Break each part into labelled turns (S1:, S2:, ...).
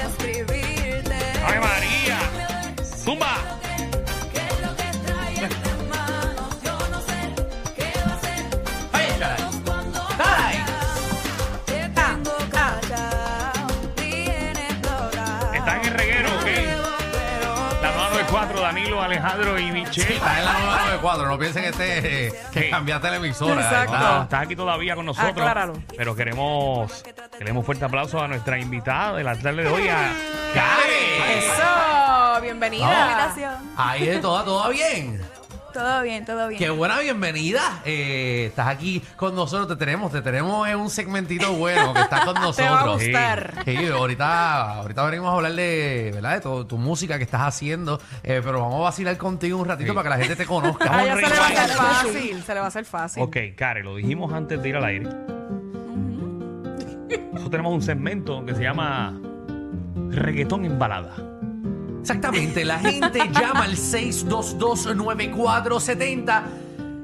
S1: ¡Ave María! ¡Zumba!
S2: ¡Ay, Ah, caray! ¡Ay! Ah, ah.
S1: Están en reguero, ¿ok? La 994, Danilo, Alejandro y Michelle.
S2: Está en la 994, no piensen que, este, eh, que
S1: Sí.
S2: cambiaste la emisora.
S3: Exacto.
S1: No,
S2: Está-
S1: estás aquí todavía con nosotros.
S3: Acláralo.
S1: Pero queremos, queremos fuerte aplauso a nuestra invitada de la tarde de hoy, a Karen.
S3: Eso, bienvenida.
S2: Ah,
S4: invitación.
S2: Ahí es todo, todo bien.
S4: Todo bien, todo bien.
S2: Qué buena bienvenida. Eh, estás aquí con nosotros, te tenemos, te tenemos en un segmentito bueno que estás con
S3: Te va a
S2: nosotros.
S1: Sí.
S3: gustar.
S2: Sí, ahorita, ahorita venimos a hablar de, ¿verdad? De todo, tu música que estás haciendo, eh, pero vamos a vacilar contigo un ratito
S1: Sí.
S2: para que la gente te conozca.
S3: A ella se le va a hacer
S1: Rewind.
S3: fácil, se le va a hacer fácil.
S1: Ok, Karen, lo dijimos antes de ir al aire. Nosotros tenemos un segmento que se llama Reggaetón en balada.
S2: Exactamente, la gente llama al 6229470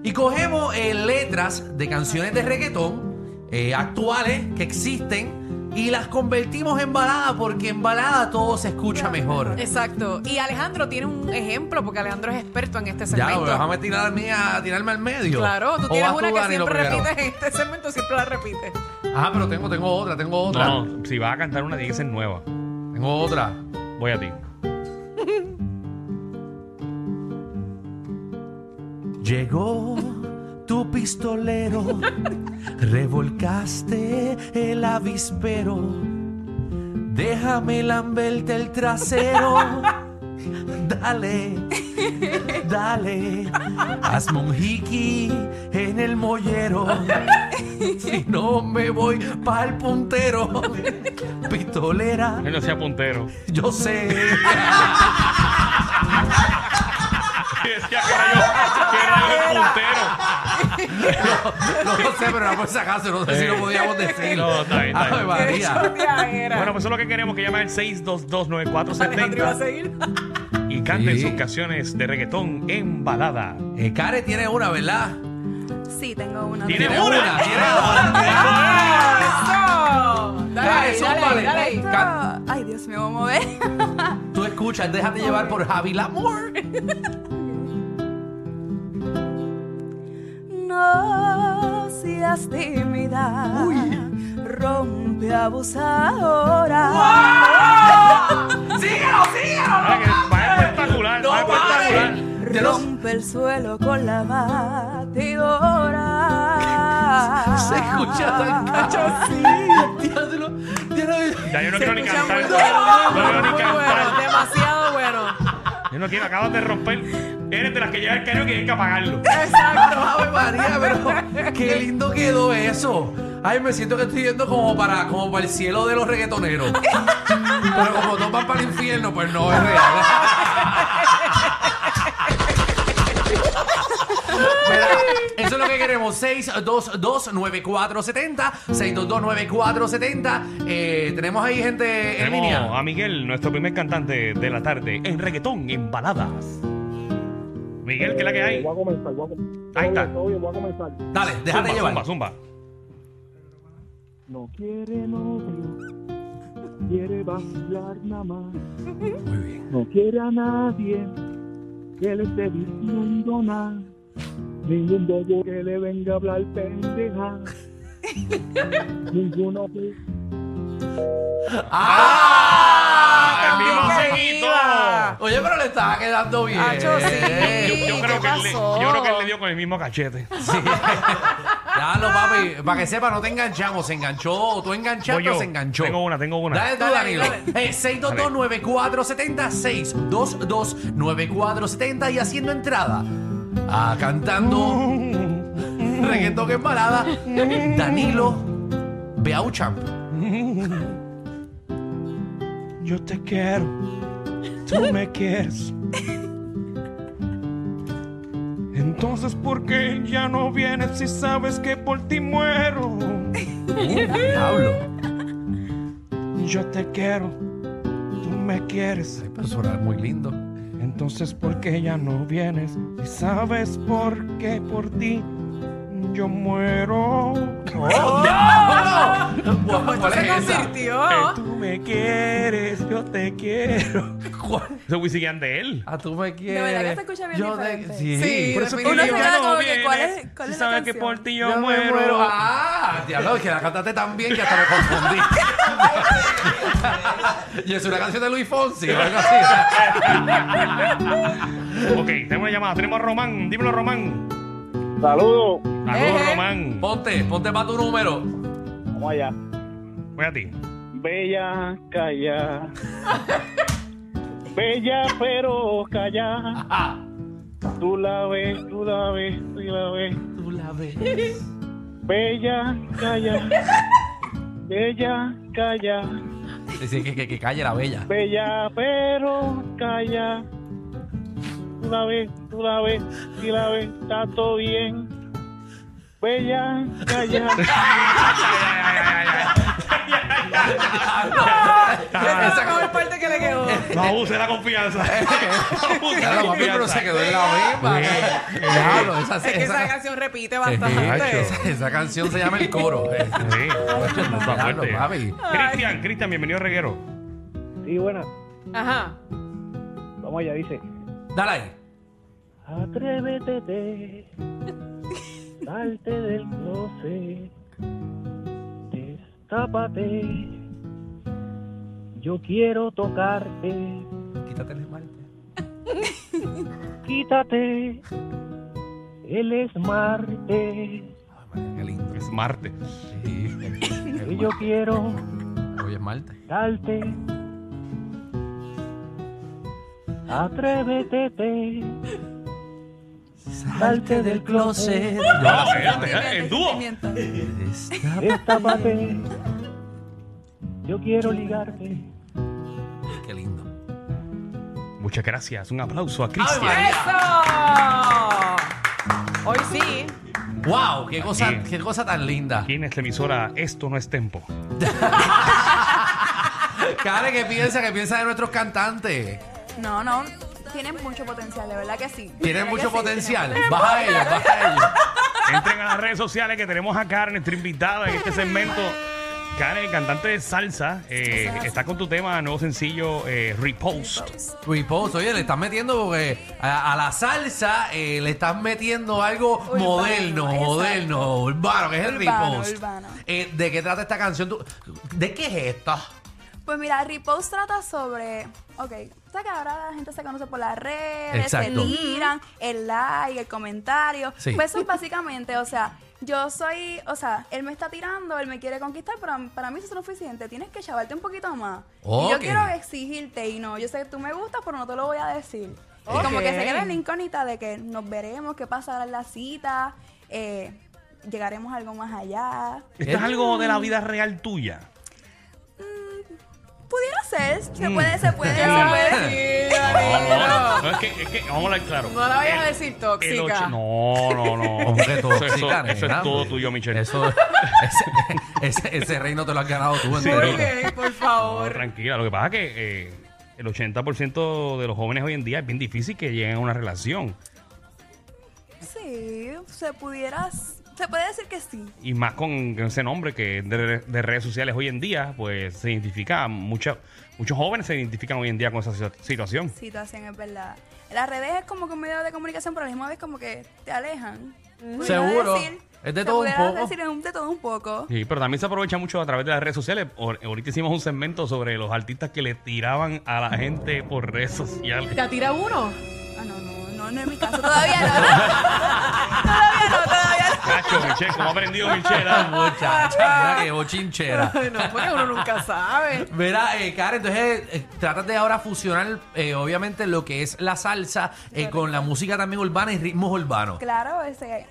S2: y cogemos eh, letras de canciones de reggaetón eh, actuales que existen y las convertimos en balada porque en balada todo se escucha mejor.
S3: Exacto. Y Alejandro tiene un ejemplo, porque Alejandro es experto en este
S2: Ya, pues,
S3: segmento.
S2: déjame tirar mía- tirarme al medio.
S3: claro, tú
S2: ¿O
S3: tienes
S2: vas
S3: una
S2: tú,
S3: que
S2: Dani, lo
S3: siempre
S2: primero?
S3: repites en este segmento, siempre la repites.
S2: Ah, pero tengo, tengo otra, tengo otra.
S1: No, si vas a cantar una, tiene que ser nueva.
S2: Tengo otra.
S1: Voy a ti.
S2: Llegó tu pistolero, revolcaste el avispero. Déjame lamberte el trasero. Dale, dale, hazme un jiki en el mollero. Si no me voy pa'l puntero, pistolera,
S1: Que no sea puntero.
S2: yo sé.
S1: Que sea que rayos- que rayos el puntero.
S2: No sé, pero era por si acaso, no sé si lo podíamos decir. Ah,
S1: No, está bien, está bien.
S2: Ave
S3: Qué
S2: María.
S3: choteadera.
S1: Bueno, pues eso es lo que queremos, que llame al
S2: pues,
S3: Alejandro iba a
S1: 622-9470
S3: seguir.
S1: y canten
S2: Sí.
S1: sus canciones de reggaetón en balada.
S2: Eh, Care tiene una, ¿verdad?
S4: Sí, tengo una.
S1: ¿Tiene
S2: Tiene
S1: una?
S2: una, tiene una. ¡Ah!
S3: Eso. Dale,
S2: Dale,
S3: ahí, dale,
S2: zúmbale.
S3: ahí, dale. ahí.
S4: Ah, Ay, Dios me voy a mover.
S2: Tú escuchas, déjate llevar por Javi Lamour.
S4: No seas tímida. Rompe abusadora.
S2: ¡Síguelo, síguelo!
S1: Ahora Ah, que va espectacular, va
S2: ¡No
S1: espectacular.
S2: vale! De los...
S4: Rompe el suelo con la batidora.
S2: Se escucha tan cacho así. Diablo, diablo.
S1: Ya yo no quiero ni
S3: Escucha muy
S1: cantar.
S3: bueno,
S1: No quiero ni
S3: muy bueno,
S1: cantar.
S3: demasiado bueno.
S1: Yo no quiero, acabas de romper. Eres de las que lleva el caño que hay que apagarlo.
S2: Exacto, Ave María, pero qué lindo quedó eso. Ay, me siento que estoy yendo como para, como para el cielo de los reggaetoneros. Pero como todos van para el infierno, pues no es real. Mira, Eso es lo que queremos, 6229470, 6229470. Eh, tenemos ahí gente en línea.
S1: Tenemos a Miguel, nuestro primer cantante de la tarde en reggaetón, en baladas. Miguel, ¿qué es la que hay?
S5: Voy a comenzar, voy a comenzar.
S1: Ahí está.
S5: Todo bien, voy a comenzar.
S2: Dale, déjate
S1: Zumba, zumba,
S2: llevar.
S1: zumba.
S5: No quiere novio, quiere vacilar nada más.
S2: Muy bien.
S5: No quiere a nadie que le esté diciendo nada. Ningún bobo que le venga a hablar pendeja. Ninguno que...
S2: ¡Ah!
S1: ¡Ah, el mismo
S3: qué
S1: seguito!
S3: viva!
S1: Ah,
S3: Ajá.
S2: Oye, pero le estaba quedando bien.
S3: Acho, sí.
S1: Yo,
S3: ¿Y
S1: yo
S3: qué
S1: creo que él le,
S3: pasó?
S1: yo creo que él le dio con el mismo cachete.
S2: Ya lo, papi. Para que sepa, no te enganchamos. Se enganchó. Tú enganchaste
S1: Voy yo.
S2: o se enganchó.
S1: Tengo una, tengo una.
S2: Dale tú,
S3: Dale,
S2: Danilo.
S3: dale.
S2: Eh, 622-9470. 622-9470. Y haciendo entrada. Ah, cantando
S1: Mm.
S2: reggaetón en balada. Danilo Beauchamp.
S1: Yo te quiero. Tú me quieres. Entonces, ¿por qué ya no vienes si sabes que por ti muero?
S2: Uh, Diablo.
S1: Yo te quiero. Tú me quieres.
S2: Ay, pero suena muy lindo.
S1: Entonces, ¿por qué ya no vienes si sabes por qué por ti yo muero?
S2: ¡Diablo! ¿Cuál,
S3: Esto se
S2: es esa?
S4: Oh.
S2: eh,
S3: convirtió.
S1: Tú me quieres, yo te quiero.
S2: ¿Cuál?
S1: Eso es Wisin y Yandel.
S2: Ah, tú me
S4: verdad
S2: quieres.
S4: que se escucha bien
S2: Yo te-
S4: diferente.
S2: Sí.
S3: Sí,
S2: Por eso
S3: definitivamente.
S1: Tú ya
S4: Uno se queda
S1: no
S4: como que,
S1: vienes,
S4: ¿cuál es- cuál
S1: si
S4: es la
S1: sabes que
S4: canción?
S1: por ti yo,
S2: Yo me
S1: muero.
S2: muero. Ah, diablo, que la cantaste tan bien que hasta me confundí. y es una canción de Luis Fonsi o algo así.
S1: Ok, tenemos una llamada. Tenemos a Román. Dímelo, Román.
S5: Saludos.
S1: Saludos,
S4: Eh.
S3: Ejé.
S1: Román.
S2: Ponte, ponte para tu número.
S5: Vamos allá.
S1: Voy a ti.
S5: Bella, calla. Bella, pero calla.
S2: Ajá.
S5: Tú la ves, tú la ves, tú la ves.
S2: Tú la ves.
S5: Bella, calla. Bella, calla.
S2: Dice que, que, que calle la bella.
S5: Bella, pero calla. Tú la ves, tú la ves, tú la ves, está todo bien. Bella, calla.
S1: Ah.
S3: Esa es la
S2: Esa-
S3: mejor parte que le quedó.
S1: No abuse la confianza. No abuse
S2: Claro,
S1: la
S2: papi, pero se
S1: confianza.
S2: quedó en la misma. Diablo, esa,
S3: Es que esa
S2: esa,
S3: canción repite
S2: Ejé,
S3: bastante.
S2: esa- esa canción se llama El Coro. eh.
S1: Sí. Está
S2: Diablo,
S1: fuerte.
S2: papi.
S1: Cristian, Cristian, bienvenido a Reguero.
S5: Sí, buena.
S3: Ajá.
S5: Vamos allá, dice.
S2: Dale ahí.
S5: Atrévete, te, salte del closet, destápate. Yo quiero tocarte,
S2: Quítate el esmalte.
S5: quítate el esmarte.
S2: Ay, María, Qué lindo.
S1: Es martes.
S5: Y yo quiero
S2: Oye, esmalte.
S5: darte. Atrévete, te, salte del closet,
S1: No, espérate, eh, el dúo.
S4: Sentimiento.
S5: destápate. Yo quiero ligarte.
S2: Qué lindo.
S1: Muchas gracias. Un aplauso a
S2: Ay,
S1: Cristian.
S2: María.
S3: ¡Eso! Hoy sí.
S2: ¡Wow! ¡Qué cosa,
S1: Bien.
S2: qué cosa tan linda!
S1: Aquí en esta emisora, esto no es tempo.
S2: Karen, ¿qué piensa? ¿Qué piensa de nuestros cantantes?
S4: No, no. Tienen mucho potencial, de verdad que sí.
S2: Tienen
S4: De verdad
S2: mucho
S4: que sí,
S2: potencial.
S4: tienen
S2: Baja a ellos, baja a ellos.
S1: Entren a las redes sociales que tenemos a Karen, nuestra invitada en este segmento. Karen, cantante de salsa, eh, está con tu tema, nuevo sencillo, eh, Repost.
S2: Repost, oye, le estás metiendo porque a, a la salsa eh, le estás metiendo algo
S4: Urbano,
S2: moderno,
S4: exacto.
S2: moderno, urbano, que es el
S4: Urbano,
S2: repost.
S4: urbano.
S2: Eh, ¿De qué trata esta canción? ¿Tú- ¿De qué es esta?
S4: Pues mira, Repost trata sobre. Ok, o sea que ahora la gente se conoce por las redes,
S2: Exacto.
S4: se liran, el like, el comentario.
S2: Sí.
S4: Pues eso es básicamente, o sea, yo soy. O sea, él me está tirando, él me quiere conquistar, pero para mí eso no es suficiente. Tienes que chavarte un poquito más. Y
S2: Ok.
S4: yo quiero exigirte y no. Yo sé que tú me gustas, pero no te lo voy a decir. Y Como que se queda en la incógnita de que nos veremos, qué pasará en la cita, eh, llegaremos a algo más allá.
S1: Esto es
S3: ¿Eh?
S1: algo de la vida real tuya.
S4: Pudiera ser, se puede, se puede,
S3: ¿Qué
S4: se
S3: la
S4: puede.
S3: decir,
S1: No,
S3: Danilo?
S1: no, es que, es que vamos a hablar claro.
S3: No la vayas a
S1: El-
S3: decir
S1: el ocho-
S3: tóxica.
S1: No, no, no.
S2: Como que
S1: eso, eso-
S2: tóxica,
S1: eso
S2: nena.
S1: es todo tuyo, Michelle.
S2: Eso, ese, ese, ese reino te lo has ganado tú,
S1: Sí.
S2: entero.
S3: Muy bien, por
S1: No,
S3: favor.
S1: Pues tranquila, lo que pasa es que eh, el 80% de los jóvenes hoy en día es bien difícil que lleguen a una relación.
S4: Sí, se pudiera. Se puede decir que sí.
S1: Y más con ese nombre que de, de redes sociales hoy en día, pues se identifica, mucha- muchos jóvenes se identifican hoy en día con esa situa- situación.
S4: Situación es verdad. Las redes es como que un medio de comunicación, pero a la misma vez como que te alejan. Pudiera
S2: Seguro.
S4: decir,
S2: Es de
S4: Se
S2: todo un
S4: pudiera
S2: poco.
S4: decir en un- de todo un poco.
S1: Sí, pero también se aprovecha mucho a través de las redes sociales. O- Ahorita hicimos un segmento sobre los artistas que le tiraban a la gente por redes sociales.
S3: ¿Te atira uno?
S4: Ah, no, no, no, no es mi caso. Todavía no. todavía no, todavía no.
S1: Cacho, Michelle, ¿cómo ha aprendido Michelle?
S2: Era
S1: ah?
S2: muchacha, mira que bochinchera.
S3: no, porque uno nunca sabe.
S2: Verá, eh, Karen, entonces eh, tratas de ahora fusionar, eh, obviamente, lo que es la salsa eh, con la música también urbana y ritmos urbanos.
S4: Claro, ese,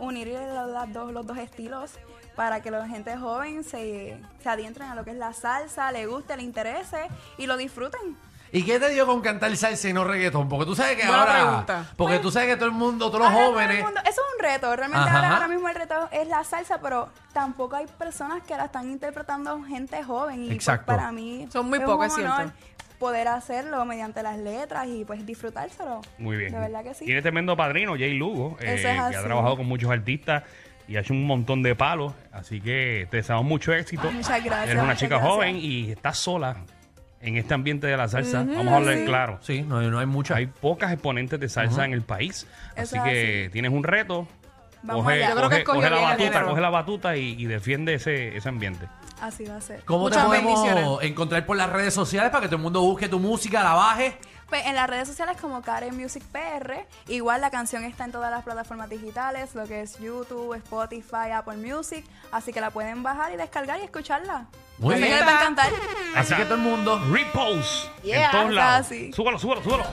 S4: unir los, las dos, los dos estilos para que la gente joven se, se adientren a lo que es la salsa, le guste, le interese y lo disfruten.
S2: ¿Y qué te dio con cantar salsa y no reggaetón? Porque tú sabes que
S3: Buena
S2: ahora.
S3: pregunta.
S2: Porque tú sabes que todo el mundo, todos los
S4: Ahora todo el
S2: jóvenes.
S4: mundo- eso es un reto, realmente
S2: Ajá.
S4: ahora, ahora mismo el reto es la salsa, pero tampoco hay personas que la están interpretando gente joven. Y pues,
S2: Exacto.
S4: para mí
S3: Son muy
S4: es
S3: pocos,
S4: un
S3: es
S4: honor
S3: cierto.
S4: poder hacerlo mediante las letras y pues disfrutárselo.
S1: Muy bien.
S4: De verdad que sí.
S1: Tiene tremendo padrino, Jay Lugo, eh,
S4: Eso es
S1: que ha
S4: así.
S1: trabajado con muchos artistas y ha hecho un montón de palos. Así que te deseamos mucho éxito.
S4: Ay, muchas gracias,
S1: Eres una
S4: muchas
S1: chica
S4: gracias.
S1: joven y estás sola en este ambiente de la salsa. Vamos a hablar claro.
S2: Sí, no, no hay mucha.
S1: Hay pocas exponentes de salsa en el país. así
S4: Eso es
S1: que tienes un reto.
S4: Vamos
S1: coge,
S4: allá. Yo
S3: creo que
S1: coge-
S3: escogió
S1: coge la
S3: bien el
S1: batuta,
S3: género.
S1: coge la batuta y, y defiende ese, ese ambiente.
S4: Así va a ser.
S2: ¿Cómo te
S3: Muchas
S2: podemos
S3: bendiciones.
S2: encontrar por las redes sociales para que todo el mundo busque tu música, la baje?
S4: Pues en las redes sociales como Karen Music PR, igual la canción está en todas las plataformas digitales, lo que es YouTube, Spotify, Apple Music, así que la pueden bajar y descargar y escucharla.
S2: Muy
S4: Así que
S2: bien.
S4: les va a encantar.
S2: Así
S1: Ahí
S2: que
S1: está.
S2: todo el mundo.
S1: Repose. en
S3: Yeah,
S1: todos
S4: está
S1: lados.
S4: así.
S1: Súbalo, súbalo, súbalo.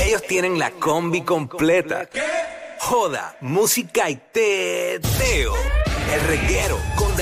S6: Ellos tienen la combi completa. Joda, música y teo. El reguero con